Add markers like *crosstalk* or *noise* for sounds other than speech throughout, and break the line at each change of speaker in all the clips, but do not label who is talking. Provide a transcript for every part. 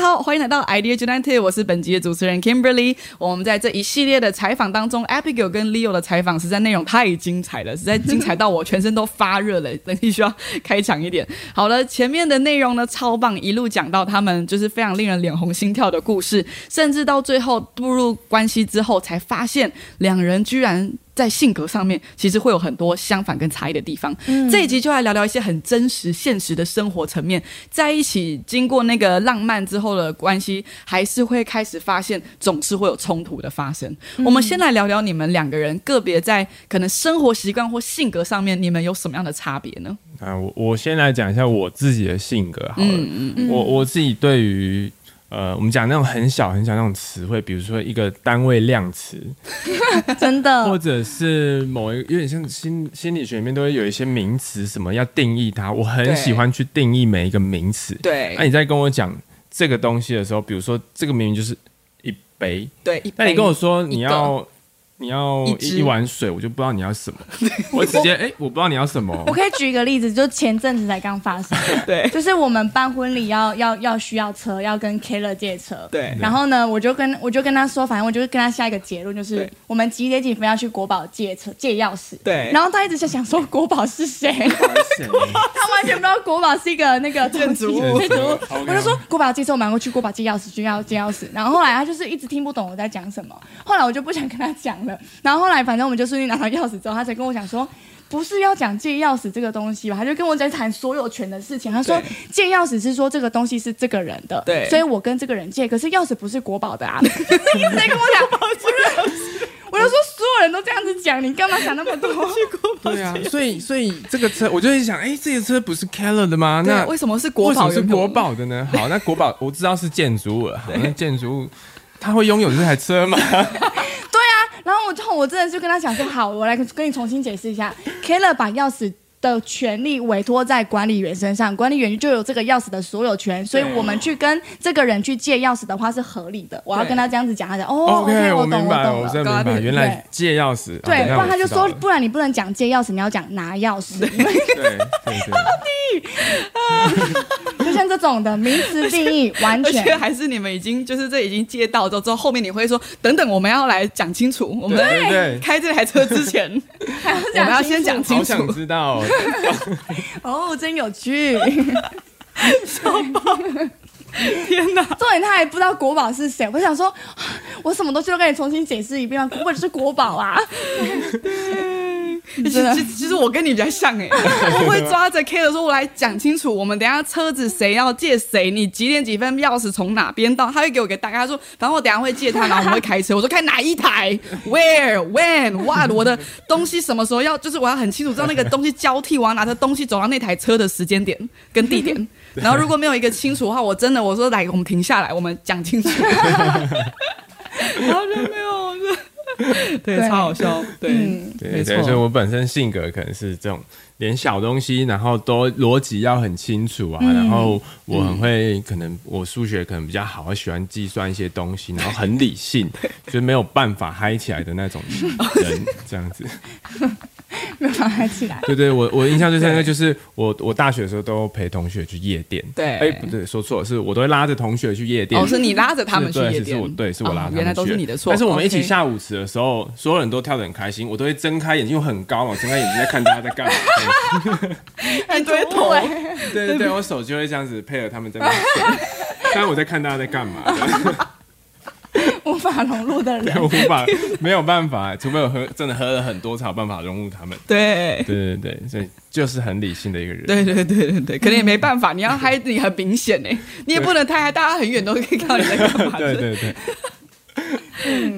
好，欢迎来到 Idea United，我是本集的主持人 Kimberly。我们在这一系列的采访当中，Abigail 跟 Leo 的采访实在内容太精彩了，实在精彩到我全身都发热了， *laughs* 等必须要开场一点。好了，前面的内容呢超棒，一路讲到他们就是非常令人脸红心跳的故事，甚至到最后步入关系之后，才发现两人居然。在性格上面，其实会有很多相反跟差异的地方。这一集就来聊聊一些很真实、现实的生活层面，在一起经过那个浪漫之后的关系，还是会开始发现总是会有冲突的发生。我们先来聊聊你们两个人个别在可能生活习惯或性格上面，你们有什么样的差别呢？
啊，我我先来讲一下我自己的性格好了。
哦嗯
我我自己对于呃，我们讲那种很小很小那种词汇，比如说一个单位量词，
*laughs* 真
或
的，
者是某一个有点像心心理学里面都会有一些名词，什么要定义它。我
对
很喜欢去定义每一个名词。
对
那、你在跟我讲这个东西的时候，比如说这个明明就是一杯，
对，一
那你
杯
跟我说
一
你
个
要你要
一
一
支
一碗水，我就不知道你要什么，我直接哎、我不知道你要什么。
我可以举一个例子，就前阵子才刚发生，
*laughs* 对
就是我们办婚礼要要要需要车，要跟 Keller 借车，
对
然后呢，我就跟我就跟他说，反正我就跟他下一个结论，就是
对
我们几点几分要去国宝借车借钥匙。
对
然后他一直在想说国宝是谁， *laughs*
欸
他完全不知道国宝是一个那个
建筑物
东西建筑物。
好哦
我就说国宝借车，我马上去国宝借钥匙，去要借钥匙。然后后来他就是一直听不懂我在讲什么，后来我就不想跟他讲了。然后后来反正我们就顺利拿到钥匙之后，他才跟我讲说。不是要讲借钥匙这个东西吧？他就跟我在谈所有权的事情。他说
对
借钥匙是说这个东西是这个人的，
对
所以我跟这个人借，可是钥匙不是国宝的啊，就是一直在跟我讲，我就我就说所有人都这样子讲，你干嘛想那么多？
*laughs* 对啊，所以所以这个车，我就会想，哎、这个车不是 Keller 的吗？
对
啊
那
为什么是国宝
为什么
原
是
本我
国
们
宝的
*laughs*
呢？好，那国宝我知道是建筑物了，好，那建筑物他会拥有这台车吗？
然后我就我真的就跟他讲说，好，我来跟你重新解释一下 *laughs* ，Keller 把钥匙。的权利委托在管理员身上，管理员就有这个钥匙的所有权，所以我们去跟这个人去借钥匙的话是合理的。我要
对
跟他这样子讲，他讲哦，OK，
我
我懂，
明白，
懂
我
了。
真的明
搞
白，
定
原来借钥匙，
对，
啊
不然他就说，
那我知道了
不然你不能讲借钥匙，你要讲拿钥
*laughs*
匙，因为
对对
*laughs*
对，
就像这种的名词定义完
而
*laughs*
全
且还是你们已经就是这已经借到之后，之后后面你会说等等，我们要来讲清楚，我们
对对
在
对
开这台车之前， *laughs*
还要
我们要先讲
清
清
好
楚
想。知道哦，
楚哦，真有趣。 *laughs*
天哪！
重点他还不知道国宝是谁，我想说， *sighs* 我什么东西都跟你重新解释一遍啊，国宝就是国宝啊。
其
真的
实 *laughs* 其实我跟你比较像
*laughs*
哎、我会抓着 K 的说，我来讲清楚，我们等一下车子谁要借谁，你几点几分钥匙从哪边到，他会给我给大概他说，反正我等一下会借他，然后我们会开车，我说开哪一
*laughs*
台，where when what，我的东西什么时候要，就是我要很清楚知道那个东西交替，我要拿着东西走到那台车的时间点跟地
*laughs*
点。然后如果没有一个清楚的话，我真的我说来，我们停下来，我们讲清
*laughs*
楚。然后就没有， *laughs* 就对，
对
超好笑，对。
嗯
对
没错
对，所以我本身性格可能是这种，连小东西，然后都逻辑要很清楚
嗯
啊，然后我很会，可能我数学可能比较好，我喜欢计算一些东西，然后很
*laughs*
理性，就是没有办法嗨起来的那种人，这样子。
没有把它起来。
对对，我我印象最深刻就是我我大学的时候都陪同学去夜店，
对
哎不对，说错了，是我都会拉着同学去夜店。
哦，是你拉着他们去
对
夜
是是
店，
我对，是我拉他
哦
们去、
原来都是你的错。
但是我们一起
OK，
下舞池的时候，所有人都跳得很开心，我都会睁开眼睛，我很高嘛，我睁开眼睛在看大家在干嘛。
一堆头，
对对对对，我手就会这样子配合他们在那边转，但我在看大家在干嘛，
无法融入的人
对，我无法没有办法，除非我喝真的喝了很多才有办法融入他们。
对。
对对对，所以就是很理性的一个人。
对对对对对，可能也没办法，你要嗨你很明显哎，你也不能太嗨，大家很远都可以看到你在干嘛。
*laughs* 对对对。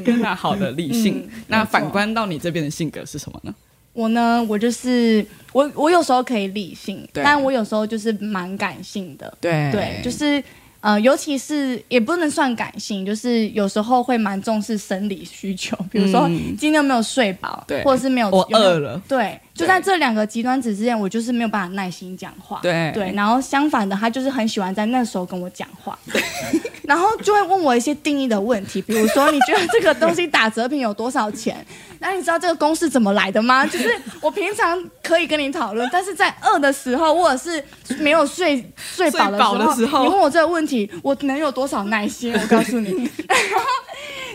跟他好的理性。
嗯
那反观到你这边的性格是什么呢？
我呢，我就是我，我有时候可以理性，
对
但我有时候就是蛮感性的。
对
对，就是呃，尤其是也不能算感性，就是有时候会蛮重视生理需求， *laughs* 比如说、
嗯
今天没有睡饱，
对
或者是没有
我
有没有
饿了
对，就在这两个极端值之间，我就是没有办法耐心讲话。
对
对，然后相反的，他就是很喜欢在那时候跟我讲话，然后就会问我一些定义的问题，比如说你觉得这个东西打折品有多少钱？那你知道这个公式怎么来的吗？就是我平常可以跟你讨论，但是在饿的时候，或者是没有睡睡饱
睡饱的时候
你问我这个问题，我能有多少耐心？我告诉你，
*laughs*
然后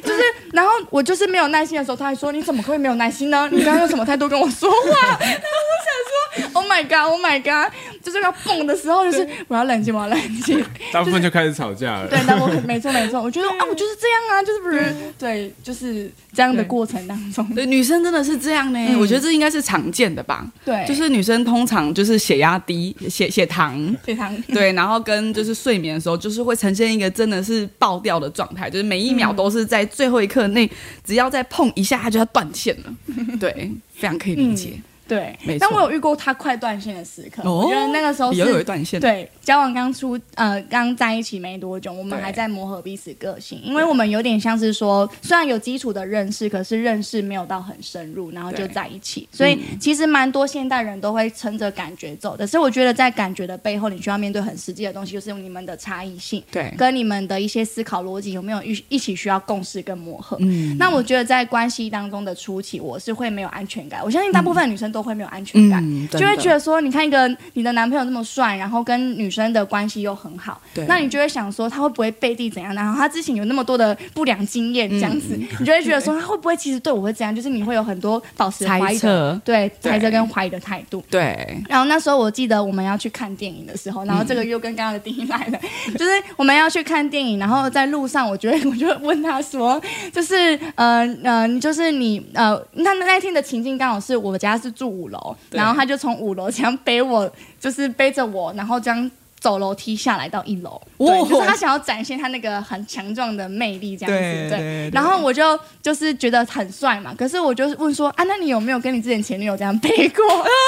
就是，然后我就是没有耐心的时候，他还说你怎么会没有耐心呢？你刚刚用什么态度跟我说话？ *laughs* 然后我想说，Oh my god，Oh my god，就是要蹦的时候，就是我要冷静，我要冷静。
大部分就开始吵架了。
*laughs* 对，那我没错没错，我觉得啊，我就是这样啊，就是不是对，就是这样的过程当中，
对，女生真的是这样呢、
嗯哎
我觉得这应该是常见的吧。
*laughs* 对
就是女生通常就是血压低、血血糖，
非常
*laughs* 对，然后跟就是睡眠的时候，就是会呈现一个真的是爆掉的状态，就是每一秒都是在最后一刻内，只要再碰一下，它就要断线了。 *laughs* 嗯对，非常可以理解。
对
没。
但
错
我有遇过他快断线的时刻，
哦
我觉得那个时候
也有一
是。
断线，，
对，交往刚出，呃，刚在一起没多久，我们
对
还在磨合彼此个性，因为我们有点像是说，虽然有基础的认识，可是认识没有到很深入，然后就
对
在一起，所以其实蛮多现代人都会撑着感觉走的。所以我觉得在感觉的背后，你需要面对很实际的东西，就是你们的差异性。
对
跟你们的一些思考逻辑有没有一一起需要共识跟磨合。
嗯
那我觉得在关系当中的初期，我是会没有安全感。我相信大部分女生都会没有安全感，
嗯
就会
真的
觉得说，你看一个你的男朋友那么帅，然后跟女生的关系又很好
对，
那你就会想说他会不会背地怎样？然后他之前有那么多的不良经验，这样子，
嗯
你就会觉得说他会不会其实对我会怎样？就是你会有很多保持怀
猜
疑的，
测，
对
对
猜测跟怀疑的态度。
对，
然后那时候我记得我们要去看电影的时候，然后这个又跟刚刚的电影来了，
嗯
就是我们要去看电影，然后在路上，我觉得我就问他说， *laughs* 就是呃呃，你就是你呃，那那天的情境刚好是我家是住五楼，
对
然后他就从五楼这样背我，就是背着我，然后这样。走楼梯下来到一楼，对，
哦
就是他想要展现他那个很强壮的魅力，这样
对
子，
对对
然后我就就是觉得很帅嘛，可是我就问说啊，那你有没有跟你之前前女友这样背过？ *laughs*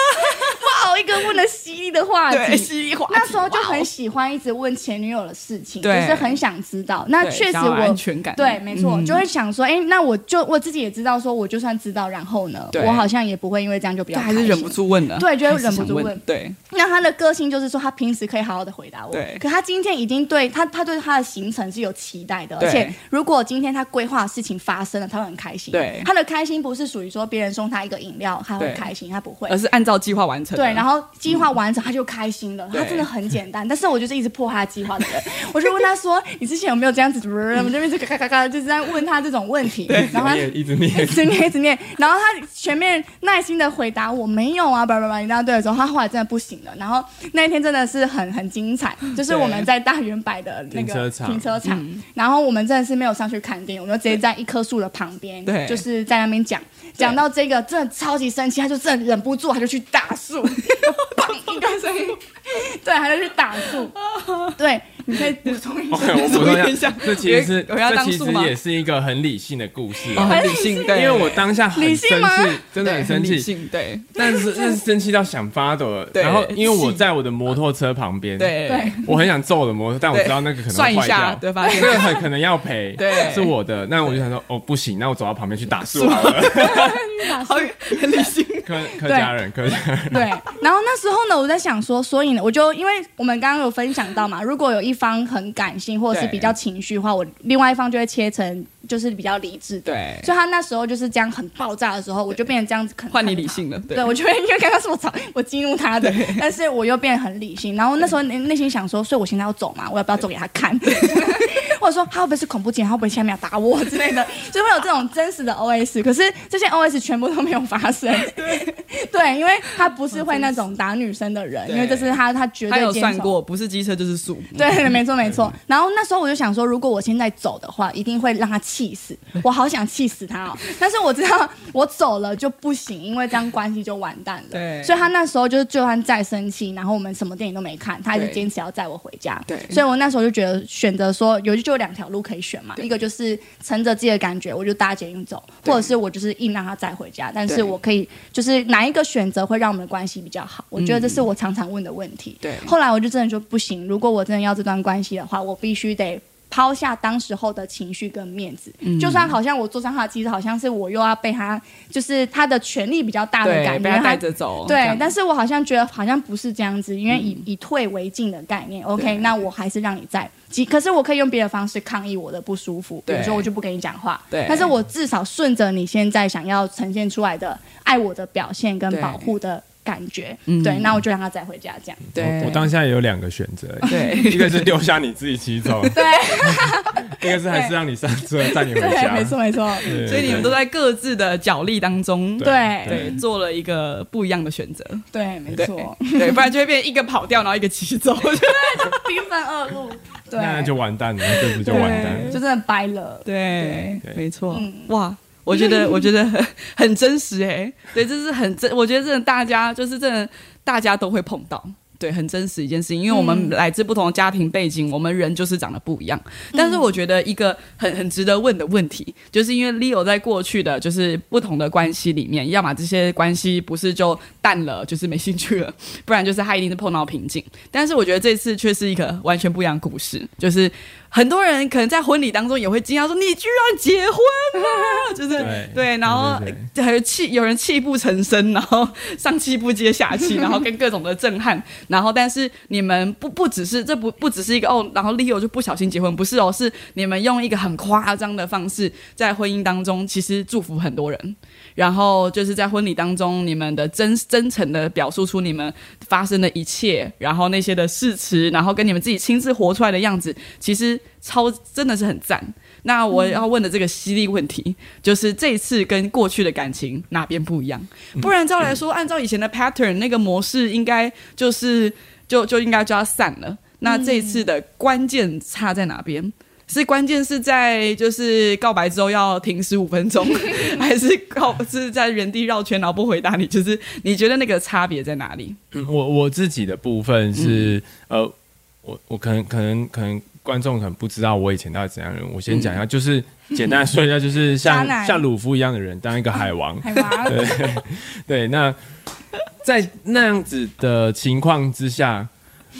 好一个问了犀利的话
对，
题。
稀里哗啦
那时候
哦
就很喜欢一直问前女友的事情，就
对
是很想知道。那
对
确实
想要安
我
全感，
对，没错，
嗯
就会想说，哎，那我就我自己也知道，说我就算知道，然后呢，
对
我好像也不会因为这样就比较
但还是
开
忍
心
不。住问了，
对就会
还是
忍不
想
住
问
问，
对，
那他的个性就是说，他平时可以好好的回答我，
对
可他今天已经对他，他对他的行程是有期待的，
对
而且如果今天他规划的事情发生了，他会很开心。
对
他的开心不是属于说别人送他一个饮料，他会
对
开心，他不会
而。是按照计划完成的，啊
对，然后计划完成他就开心了，
对
他真的很简单。但是我就是一直破坏他计划的人，我就问他说：“你之前有没有这样子？” *laughs* 我们这边就咔咔咔咔，就是在问他这种问题。然后他
念一直念
一， *laughs* 直念，一直念，然后他前面耐心的回答我没有啊，叭叭叭一大堆的时候，他后来真的不行了。然后那一天真的是很很精
*laughs*
彩，就是我们在大圆柏的那
停车
个
场嗯
停车场，然后我们真的是没有上去看电影，我们就直接在一棵树的旁边，
对
就是在那边讲，讲到这个真的超级生气，他就真的忍不住，他就去打树，
*laughs*
砰一个声音，对，他就去打树，对，你可以补充一下。
我补充一下，这其实是
我要
这
当
其
树
实
吗
也是一个很理性的故事
哦
啊，
很理性，对，
因为我当下很
理性
生
吗
气，真的
对
很生
理
气，
性，对
但
*laughs*
是那是生气到想发抖了。
对
然后因为我
气
在我的摩托车旁边，，
对
对
我很想揍我的摩托，但我
对
知道那个可能
算
会
一
坏
下，
掉，
对吧？
这 *laughs* 个很可能要赔，
对
是我的。那我就想说，哦，不行，那我走到旁边去打树好
*laughs*
*laughs* 了。
好很理性，
客客家人，客家人，
*laughs* 对，然后那时候呢，我在想说，所以呢，我就因为我们刚刚有分享到嘛，如果有一方很感性或者是
对
比较情绪化，我另外一方就会切成就是比较理智的。
对，
所以他那时候就是这样很爆炸的时候，我就变成这样子，可能
换你理。性了，对
对，我就会因为刚刚是我吵，我激怒他的，但是我又变得很理性。然后那时候内内心想说，所以我现在要走嘛，我要不要走给他看？ *laughs* 或者说他会不会是恐怖情人，他会不会下面要打我之类的，就会有这种真实的 OS。可是这些 OS 全部都没有发生。 *laughs* 对，因为他不是会那种打女生的人，
对
因为这是他他绝
他
对
有
坚
算
守。
过，不是机车就是树，
对，没错没错。然后那时候我就想说，如果我现在走的话，一定会让他
*laughs*
气死。我好想气死他哦，但是我知道我走了就不行，因为这样关系就完蛋了。
对
所以他那时候就是就算再生气，然后我们什么电影都没看，他还是
对
坚持要载我回家。
对
所以我那时候就觉得选择说有就有两条路可以选嘛，
对
一个就是乘着自己的感觉，我就搭捷运走，
对
或者是我就是硬让他载回家，但
对
是我可以就是哪一个选择会让我们的关系比较好？我
嗯
觉得这是我常常问的问题。
对
后来我就真的说不行，如果我真的要这段关系的话，我必须得。抛下当时候的情绪跟面子，
嗯
就算好像我坐上他的机子，好像是我又要被他，就是他的权力比较大的
对，
感觉，
被他
他
带着走。哦这
对
样，嗯
但是我好像觉得好像不是这样子，因为以、以退为进的概念
对
，OK，那我还是让你在，即可是我可以用别的方式抗议我的不舒服，比
对
如说我就不跟你讲话，
对
但是我至少顺着你现在想要呈现出来的爱我的表现跟
对
保护的感觉，
嗯
对，那我就让他再回家这样。
对
我我当下也有两个选择，欸
对
一个是丢下你自己骑
*laughs*
走，
对
一个是还是让你上车载 *laughs* 你回
对，
家。
没错没错，
对，
所以你们都在各自的角力当中，
对
对
对，做了一个不一样的选择，
对，没
对
错，
对，不然就会变一个跑掉，然后一个骑走，
兵分二路，对，
那就完蛋了，那这次就完蛋
就
了。
真的掰了。
对，
对
没错
嗯，
哇。我觉得，我觉得很 *laughs* 很真实哎、对，这是很真，我觉得真的大家就是真的大家都会碰到，对，很真实一件事情，因为我们
嗯
来自不同的家庭背景，我们人就是长得不一样。
嗯
但是我觉得一个很很值得问的问题，就是因为 Leo 在过去的就是不同的关系里面，要么这些关系不是就淡了，就是没兴趣了，不然就是他一定是碰到瓶颈。但是我觉得这次却是一个完全不一样的故事，就是很多人可能在婚礼当中也会惊讶说：“你居然结婚了、 *laughs* 就是
对
对，然后
对对
还有泣，有人泣不成声，然后上气不接下气，然后跟各种的震撼，然后但是你们不不只是这不不只是一个哦，然后 Leo 就不小心结婚，不是哦，是你们用一个很夸张的方式在婚姻当中，其实祝福很多人，然后就是在婚礼当中，你们的真真诚的表述出你们发生的一切，然后那些的誓词，然后跟你们自己亲自活出来的样子，其实超真的是很赞。那我要问的这个犀利问题，就是这一次跟过去的感情哪边不一样？不然照来说，按照以前的 pattern 那个模式，应该就是就就应该就要散了。那这一次的关键差在哪边？是关键是在就是告白之后要停十五分钟，还是告是在原地绕圈然后不回答你？就是你觉得那个差别在哪里？
嗯我我自己的部分是，
嗯
呃，我我可能可能可能观众可能不知道我以前到底怎样的人，我先讲一下，
嗯
就是简单地说一
*laughs*
下，就是像
渣男
像鲁夫一样的人当一个海王，
海王，
对，那在那样子的情况之下，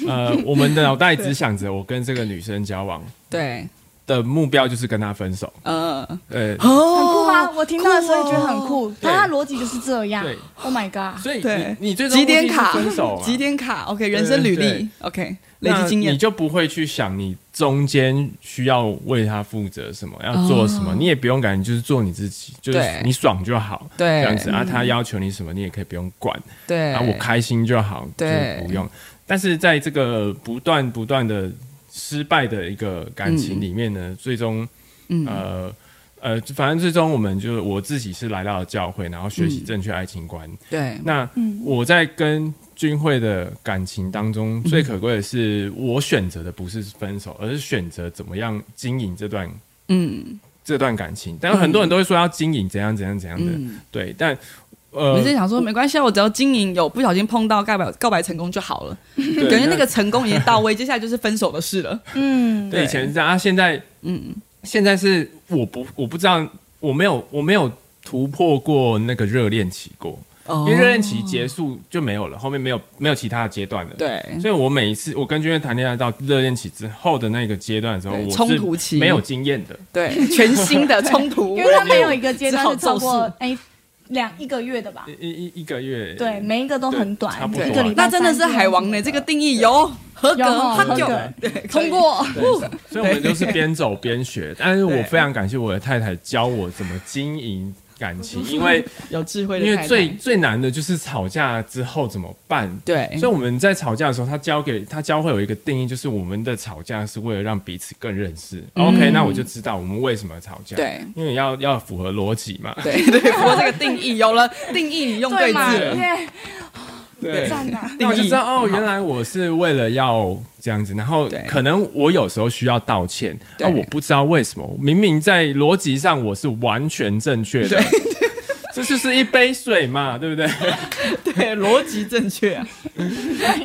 呃，我们的脑袋只想着我跟这个女生交往
对，
的目标就是跟她分手，
呃，
对，
哦
很酷吗？我听到的时候也觉得很
哦
酷，但它逻辑就是这样
对。
Oh my god！
所以
对
你你最终
几
目的
点
是
卡
分手、啊，，
几点卡，OK，人生履
对
历
对
，OK，累
那
积经
你
验，
就不会去想你中间需要为他负责什么，要做什么，你也不用感觉，就是做你自己，就是
哦对
你爽就好，
对嗯
这样子啊。他要求你什么，你也可以不用管，
对
啊，我开心就好，就
对
是不用。但是在这个不断不断的失败的一个感情里面
嗯
呢，最终，呃。呃，反正最终我们就是我自己是来到了教会，然后学
嗯
习正确爱情观，
对
那
嗯
我在跟军会的感情当中，
嗯
最可贵的是我选择的不是分手，而是选择怎么样经营这段
嗯，
这段感情。但很多人都会说要经营怎样怎样怎样的，对，但
嗯
呃
我，是想说没关系，啊，我只要经营有不小心碰到告白告白成功就好了，
对
感觉那个成功已经到位，接下来就是分手的事
*laughs*
了。
嗯，
对
对
以前是这样，啊现在嗯，现在是我不我不知道，我没有我没有突破过那个热恋期过，
哦
因为热恋期结束就没有了，后面没有没有其他的阶段了，。
对
所以我每一次我跟君悦谈恋爱到热恋期之后的那个阶段的时候，
对
我是
冲突期
没有经验的，
对，全新的冲突，
*laughs* 因为它没有一个阶段
只好
是超过
咒术
哎两一个月的吧？
一一一一个月，
对，每一个都很短
对差不，多啊
对
一个礼拜。
那真的是海王欸呢，这个定义有合格，
有哦
他
合
有
格
对
通。过。
对所以我们就是边走边学。但是我非常感谢我的太太教我怎么经营感情，因为
可以有智慧的
因
太
为
太
最最难的就是吵架之后怎么办。
对
所以我们在吵架的时候，她教给她教会有一个定义，就是我们的吵架是为了让彼此更认识。OK，那我就知道我们为什么吵架。
嗯对，
因为要要符合逻辑
*laughs*
嘛。
对对，不过这个定义有 *laughs* 了定义，你用对字
嘛？
了，
耶，
对
赞啊！
那我就知道哦，
定义
原来我是为了要这样子，然后
对
可能我有时候需要道歉，
对
但我不知道为什么，明明在逻辑上我是完全正确的， *laughs* 这就是一杯水嘛，对不对？
*laughs* 对逻辑正确啊，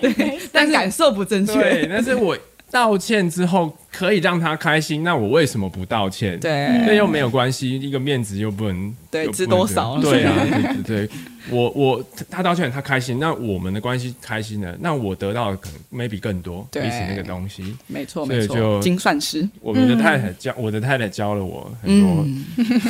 对，但感受不正确。
对，但是我道歉之后可以让他开心，那我为什么不道歉？
对
那又没有关系，一个面子又不能
对
又不能
知多少
对啊，对对对，我我他道歉，他开心，那我们的关系开心了，那我得到的可能 maybe 更多，
对
比起那个东西，
没错
所以
没
就
错，精算师，
我们的太太教、我的太太教了我很多、
嗯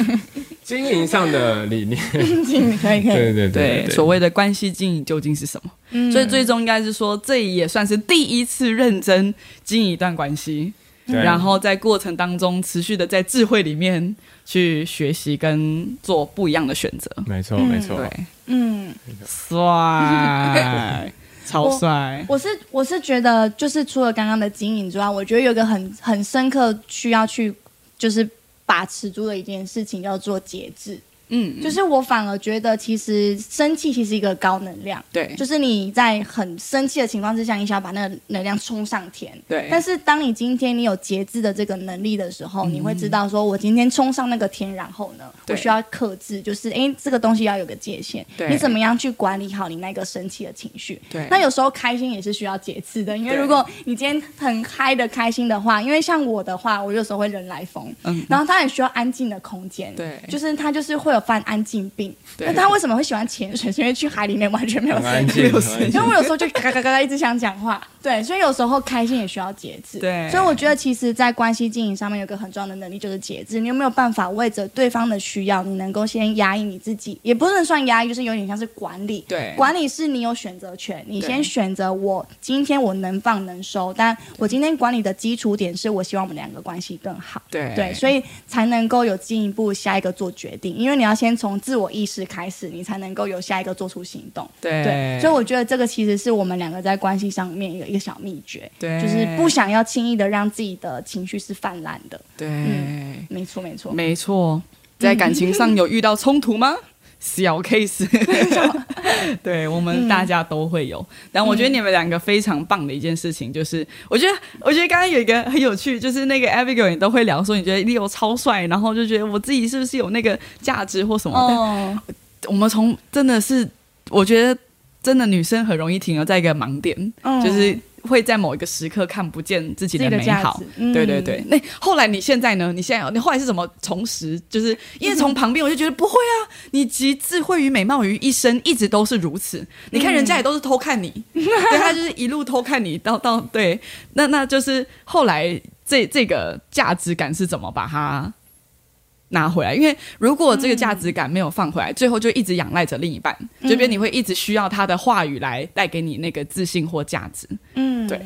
经营上的理念，
嗯可以可以，
对对
*laughs* 对嗯
对，
所谓的关系经营究竟是什么？
嗯
所以最终应该是说，这也算是第一次认真经营一段关系，
对
然后在过程当中持续的在智慧里面去学习跟做不一样的选择。
没错没错，
对，
嗯。
*laughs* 帅，超帅，
我是我是觉得，就是除了刚刚的经营之外，我觉得有一个很很深刻需要去就是把持住的一件事情，叫做节制。
嗯，
就是我反而觉得，其实生气其实一个高能量，
对
就是你在很生气的情况之下，你想要把那个能量冲上天。
对
但是当你今天你有节制的这个能力的时候，你会知道说，我今天冲上那个天，然后呢，
嗯对
我需要克制，就是哎，诶这个东西要有个界限。
对
你怎么样去管理好你那个生气的情绪？
对
那有时候开心也是需要节制的，因为
对
如果你今天很嗨的开心的话，因为像我的话，我有时候会人来疯，
嗯
然后他也需要安静的空间，
对
就是他就是会有犯安静病。
对
那他为什么会喜欢潜水？是因为去海里面完全没有
很安
声
静，
*laughs*
音。
很安
因为
静
我有时候就嘎嘎嘎嘎一直想讲话，对，所以有时候开心也需要节制。
对
所以我觉得其实，在关系经营上面有一个很重要的能力就是节制。你有没有办法为着对方的需要，你能够先压抑你自己，也不能算压抑，就是有点像是管理。
对
管理是你有选择权，你
对
先选择我今天我能放能收，但我今天管理的基础点是我希望我们两个关系更好。
对
对，所以才能够有进一步下一个做决定，因为你要先从自我意识开始，你才能够有下一个做出行动。
哎
对，所以我觉得这个其实是我们两个在关系上面一个一个小秘诀，
对
就是不想要轻易的让自己的情绪是泛滥的。
对。
嗯没错，没错，
没错，在感情上有遇到冲突
*laughs*
吗？小 case，对我
嗯
们大家都会有。但我觉得你们两个非常棒的一件事情，就是我觉得，我觉得刚刚有一个很有趣，就是那个 Abigail 你都会聊说，你觉得 Leo 超帅，然后就觉得我自己是不是有那个价值或什么？但
哦，
我们从真的是，我觉得真的女生很容易停留在一个盲点，
嗯
就是会在某一个时刻看不见自己
自己的
美
价
好
值。嗯
对对对，那后来你现在呢？你现在有你后来是怎么重拾？
嗯
就是因为从旁边我就觉得不会啊，你集智慧与美貌于一身，一直都是如此。你看人家也都是偷看你，
嗯
对他就是一路偷看你到到对，那那就是后来这这个价值感是怎么把它拿回来？因为如果这个价值感没有放回
嗯
来，最后就一直仰赖着另一半，这边你会一直需要他的话语来带给你那个自信或价值。
嗯，
对，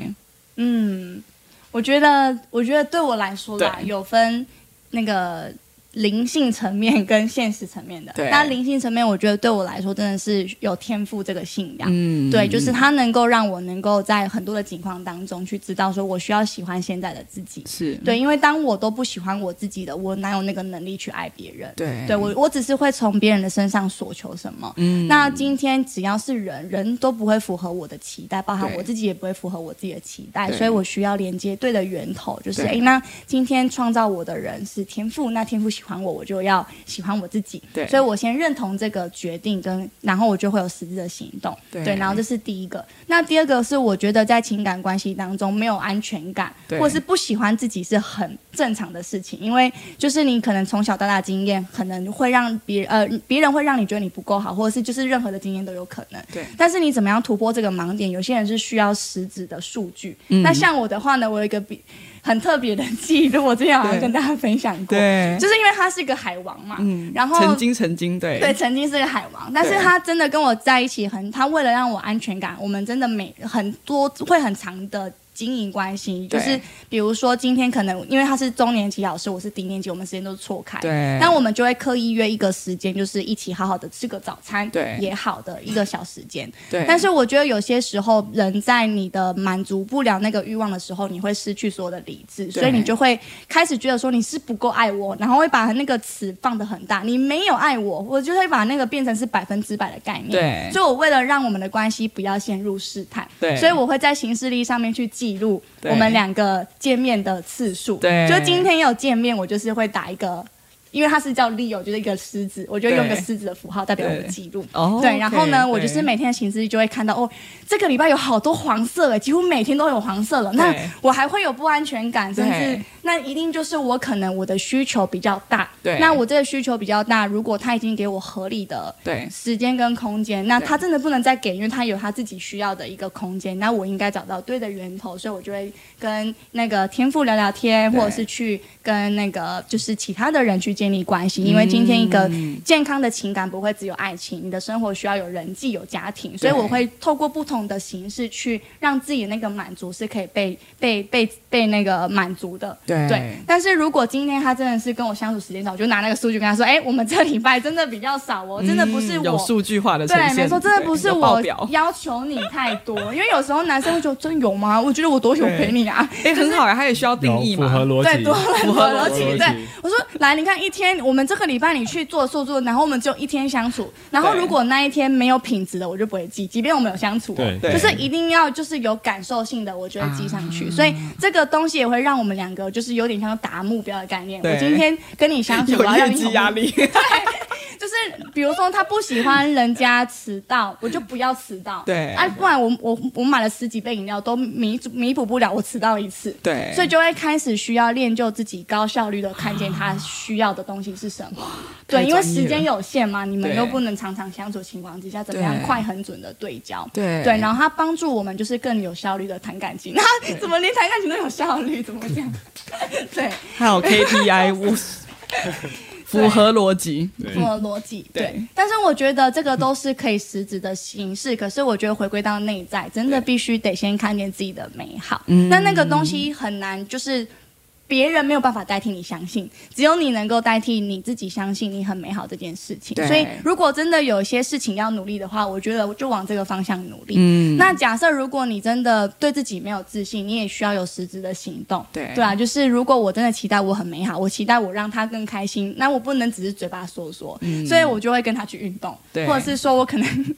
嗯，我觉得，我觉得对我来说啦，
对
有分那个灵性层面跟现实层面的。
对
那灵性层面，我觉得对我来说真的是有天赋这个信仰。
嗯
对，就是它能够让我能够在很多的情况当中去知道，说我需要喜欢现在的自己。
是
对，因为当我都不喜欢我自己的，我哪有那个能力去爱别人？
对
对我我只是会从别人的身上索求什么。
嗯
那今天只要是人，人都不会符合我的期待，包含
对
我自己也不会符合我自己的期待，
对
所以我需要连接对的源头，就是
对
诶，那今天创造我的人是天赋，那天赋喜欢我，我就要喜欢我自己，
对
所以我先认同这个决定跟，然后我就会有实质的行动，
对
然后这是第一个。那第二个是我觉得在情感关系当中没有安全感，
对
或是不喜欢自己是很正常的事情，因为就是你可能从小到大的经验，可能会让别呃别人会让你觉得你不够好，或者是就是任何的经验都有可能。
对
但是你怎么样突破这个盲点？有些人是需要实质的数据。
嗯
那像我的话呢，我有一个比很特别的记录，我之前好像
*laughs* 对
跟大家分享过，
对
就是因为他是一个海王嘛，
嗯，
然后
曾经曾经对
对，曾经是个海王，但是
对
他真的跟我在一起很，他为了让我安全感，我们真的每很多会很长的经营关系，就
对
是比如说今天可能因为他是中年级老师，我是低年级，我们时间都是错开，
对
但我们就会刻意约一个时间，就是一起好好的吃个早餐，
对
也好的一个小时间，
对
但是我觉得有些时候，人在你的满足不了那个欲望的时候，你会失去所有的理智，所以你就会开始觉得说你是不够爱我，然后会把那个词放得很大，你没有爱我，我就会把那个变成是百分之百的概念。
对
所以我为了让我们的关系不要陷入试探，
哎对
所以我会在行事历上面去记录
对
我们两个见面的次数，
对
就今天有见面，我就是会打一个。因为它是叫 Leo，就是一个狮子，我就用一个
对
狮子的符号代表我的记录。
哦
对，然后呢，
OK，
我就是每天的行事历就会看到哦，这个礼拜有好多黄色哎，几乎每天都有黄色了。那
对
我还会有不安全感，甚至
对
那一定就是我可能我的需求比较大。
对
那我这个需求比较大，如果他已经给我合理的
对
时间跟空间，那
对
他真的不能再给，因为他有他自己需要的一个空间。那我应该找到对的源头，所以我就会跟那个天赋聊聊天，
对
或者是去跟那个就是其他的人去建立关
嗯
系。因为今天一个健康的情感不会只有爱情，你的生活需要有人际、有家庭，所以我会透过不同的形式去让自己那个满足是可以被被被被那个满足的。
对
对，但是如果今天他真的是跟我相处时间少，我就拿那个数据跟他说：“哎，我们这礼拜真的比较少哦，真的不是
嗯
我
有数据化的呈
对，
现，
没错，真的不是
有报
我
表， *laughs*
要求你太多，因为有时候男生会觉得真有吗？我觉得我多久陪你啊？
哎，很好啊，它也需要定
有
义
符
嘛，
合逻
对，
辑，
多很多逻
符合逻
辑。
辑
对，我说来，你看一天，我们这个礼拜你去做做做，然后我们只有一天相处，然后
对
如果那一天没有品质的，我就不会记，即便我们有相处哦、
对
对
就是一定要就是有感受性的，我觉得记上去。所以这个东西也会让我们两个就是有点像达目标的概念。
对
我今天跟
*laughs*
你相处，我
有
要让
业
你
绩
很
压
*laughs*
力，
就是比如说他不喜欢人家迟到，我就不要迟到。
对
哎、不然我我我买了十几杯饮料都弥弥补不了我迟到一次。
对
所以就会开始需要练就自己高效率的看见他需要的东西是什么。对，
太专业
因为时间有限嘛，你们
对
又不能常常相处的情况之下，怎么样
对
快很准的对焦？
对
对，然后他帮助我们就是更有效率的谈感 *laughs* 情。那怎么连谈感情都有效率？怎么会这样？ *laughs* 对。
还
*laughs*
有 KPI，我符合逻辑，
符合逻辑。
对
对，但是我觉得这个都是可以实质的形式，可是我觉得回归到内在，真的必须得先看见自己的美好。
嗯
那那个东西很难，就是。别人没有办法代替你相信，只有你能够代替你自己相信你很美好这件事情。
对
所以，如果真的有一些事情要努力的话，我觉得就往这个方向努力。
嗯
那假设如果你真的对自己没有自信，你也需要有实质的行动。
对
对啊，就是如果我真的期待我很美好，我期待我让他更开心，那我不能只是嘴巴说说，
嗯
所以我就会跟他去运动，
对
或者是说我可能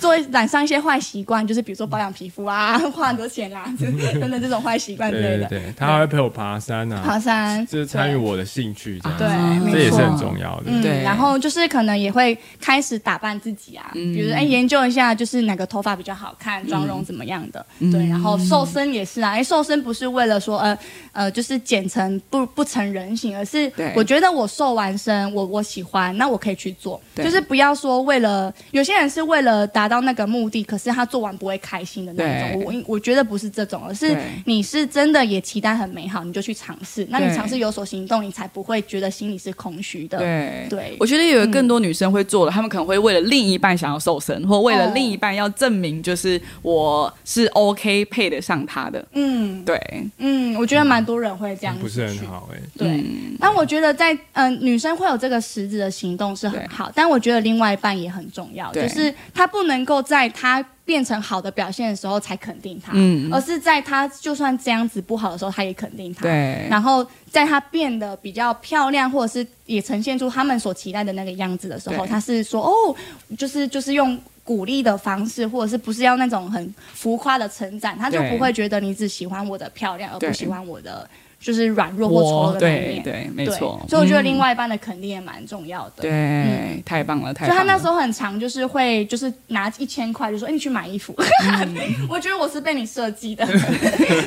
做染上一些坏习惯，就是比如说保养皮肤啊，花很多钱啦、
*laughs*
就是等等这种坏习惯之
对
类
对
的。
对，他还会陪我爬山啊，
爬山
就是参与我的兴趣这样子，
对
啊
没
这也是
错
很重要的。
嗯，
对
然后就是可能也会开始打扮自己啊，
嗯
比如说哎研究一下就是哪个头发比较好看，妆容怎么样的，
嗯
对，然后瘦身也是啊，哎瘦身不是为了说呃呃就是减成不不成人形，而是
对
我觉得我瘦完身我我喜欢，那我可以去做，
对
就是不要说为了有些人是为了达到那个目的，可是他做完不会开心的那种，
对
我我我觉得不是这种，而是
对
你是真的也期待很美好，你就去尝试，那你
对
尝试有所行动，你才不会觉得心里是空虚的，。
对
对
我觉得有更多女生会做的，她们可能会为了另一半想要瘦身，或为
哦
了另一半要证明就是我是 OK 配得上他的。
嗯
对，
嗯，我觉得蛮多人会这样子去，
不是很好哎、
对。
嗯
但我觉得在嗯、呃女生会有这个实质的行动是很
对
好，但我觉得另外一半也很重要，
对
就是他不能够在他变成好的表现的时候才肯定他，
嗯
而是在他就算这样子不好的时候，他也肯定他，
对
然后在他变得比较漂亮，或者是也呈现出他们所期待的那个样子的时候，
对
他是说哦，就是就是用鼓励的方式，或者是不是要那种很浮夸的称赞，他就
对
不会觉得你只喜欢我的漂亮，而不
对
喜欢我的就是软弱或
我
丑的那一
对
面。
对，没
对
错。
所以我觉得
嗯、
另外一半的肯定也蛮重要的。
对、太棒了，太
所以
棒
他
了。
那时候很常就是会就是拿一千块就说：“哎、你去买衣服。 *laughs* 我觉得我是被你设计的。嗯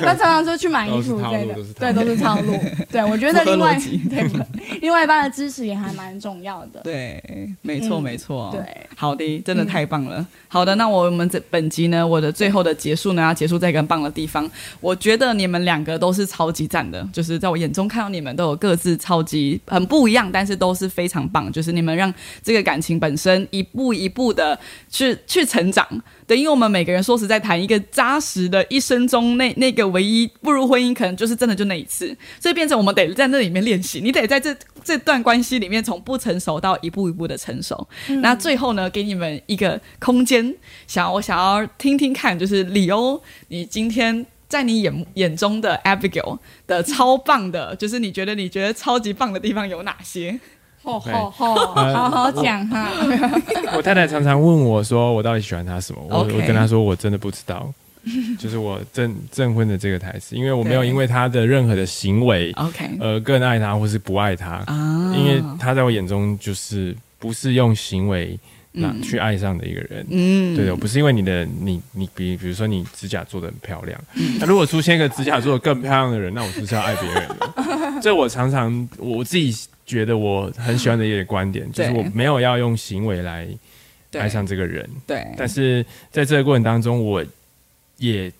*laughs* 他常常说去买衣服之类的
都是，套
对，
路
都是套路。对，我觉得另外
符合逻辑
*laughs* 对另外一半的支持也还蛮重要的。
对，没错，
嗯
没错。
对，
哦好的，真的太棒了。好的，那我们这本集呢，我的最后的结束呢，要结束在一个很棒的地方。我觉得你们两个都是超级赞的，就是在我眼中看到你们都有各自超级很不一样，但是都是非常棒。就是你们让这个感情本身一步一步的去去成长。对，因为我们每个人说实在谈一个扎实的一生中那那个唯一步入婚姻，可能就是真的就那一次，所以变成我们得在那里面练习，你得在这这段关系里面从不成熟到一步一步的成熟。那最后呢，给你们一个空间，想要我想要听听看，就是李欧，你今天。在你眼眼中的 Abigail 的超棒的，就是你觉得你觉得超级棒的地方有哪些？
吼吼
吼
吼，
呃
好好讲哈。
我太太常常问我说，我到底喜欢他什么？我
OK
我跟她说，我真的不知道。就是我证证婚的这个台词，因为我没有因为他的任何的行为，
OK
呃，更爱他或是不爱他，
啊
因为他在我眼中就是不是用行为那去爱上的一个人。
嗯
对的，我不是因为你的你你比比如说你指甲做的很漂亮，
嗯
那、如果出现一个指甲做的更漂亮的人，那我是不是要爱别人
*laughs*
了？这我常常我自己觉得我很喜欢的一个观点，就是
对
我没有要用行为来
对
爱上这个人，
对
但是在这个过程当中，我也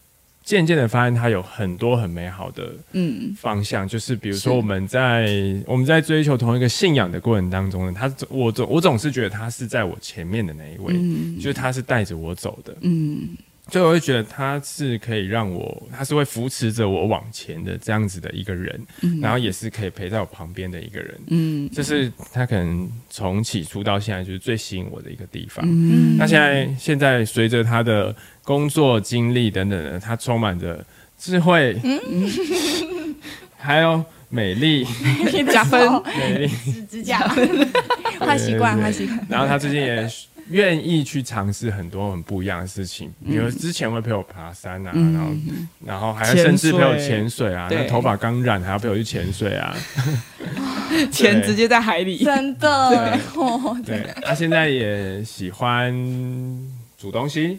渐渐的发现他有很多很美好的
嗯
方向，就是比如
是
说我们在我们在追求同一个信仰的过程当中呢，他我总我总是觉得他是在我前面的那一位，就是他是带着我走的，
嗯
所以我会觉得他是可以让我，他是会扶持着我往前的这样子的一个人，然后也是可以陪在我旁边的一个人，
嗯
这是他可能从起初到现在就是最吸引我的一个地方。
嗯
那现在现在随着他的工作经历等等的，他充满着智慧，还有美丽，
*laughs* 加分
美丽。
指指甲， *laughs* 坏习惯，坏习惯。
然后他最近也愿意去尝试很多很不一样的事情，比如之前会陪我爬山啊，
嗯
然后然后还甚至陪我潜水啊，
潜水
那头发刚染还要陪我去潜水啊，
*laughs* 钱直接在海里，
真的，哦， *laughs*
对，他现在也喜欢煮东西，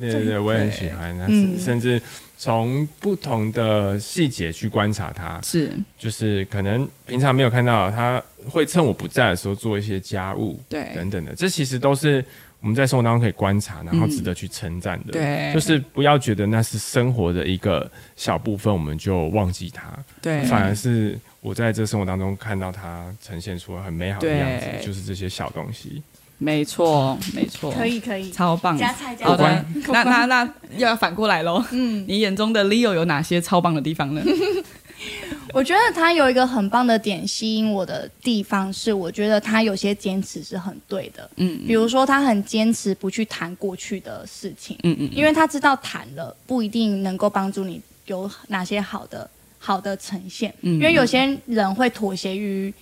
对对对，我也很喜欢。他甚甚至从不同的细节去观察他，
是
就是可能平常没有看到，他会趁我不在的时候做一些家务，
对
等等的，这其实都是。我们在生活当中可以观察，然后值得去称赞的，
对
就是不要觉得那是生活的一个小部分，我们就忘记它。
对，
反而是我在这生活当中看到它呈现出很美好的样子，
对
就是这些小东西。
没错没错，
可以可以，
超棒的，
加菜加
好的
菜，
那那那要反过来喽，嗯，你眼中的 Leo 有哪些超棒的地方
*laughs*
呢？
我觉得他有一个很棒的点吸引我的地方是，我觉得他有些坚持是很对的。嗯，比如说他很坚持不去谈过去的事情，
嗯嗯，
因为他知道谈了不一定能够帮助你有哪些好的好的呈现，
嗯
因为有些人会妥协于。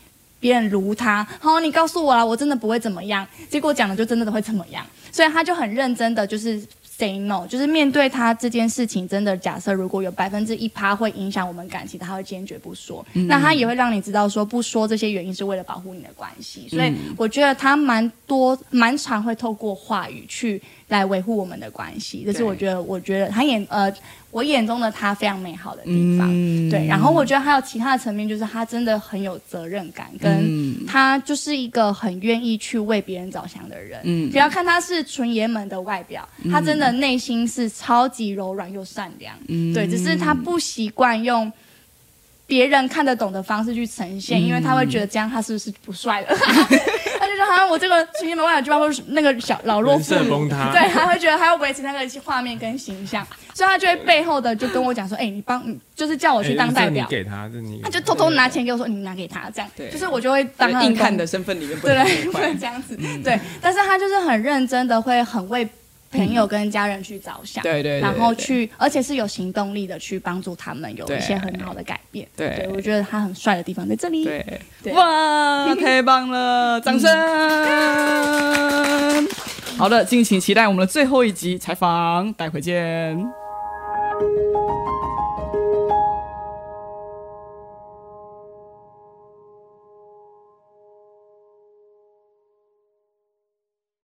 别人如他，好、你告诉我啦，我真的不会怎么样。结果讲了就真的会怎么样，所以他就很认真的就是 say no，就是面对他这件事情，真的假设如果有百分之一趴会影响我们感情，他会坚决不说。
嗯
那他也会让你知道说不说这些原因是为了保护你的关系，
嗯
所以我觉得他蛮多蛮常会透过话语去来维护我们的关系，这是
对
我觉得我觉得他眼呃我眼中的他非常美好的地方。
嗯
对，然后我觉得还有其他的层面，就是他真的很有责任感，
嗯
跟他就是一个很愿意去为别人着想的人。
嗯
不要看他是纯爷们的外表，他真的内心是超级柔软又善良。
嗯
对，只是
嗯
他不习惯用。别人看得懂的方式去呈现，因为他会
嗯
觉得这样他是不是不帅了？他就说好像我这个纯爷们外表就包括那个小老弱
人
妇
设
女，
崩塌，
对，他会觉得他要维持那个画面跟形象，所以他就会背后的就跟我讲说，哎、你帮，你就是叫我
哎，
去当代表
这，你给他，这你
他就偷偷拿钱给我说，你拿给他，这样
对，
就是我就会当他
硬看
工
的身份里面不
对
能
对，不能这样子，
嗯
对，但是他就是很认真的，会很为朋
嗯
友跟家人去着想，
对对对
然后
对
去，而且是有行动力的去帮助他们有
对
一些很好的改变，
对
我觉得他很帅的地方在这里，
对，
对
哇，太棒了，
*laughs*
掌声！好的，敬请期待我们的最后一集采访，待会见。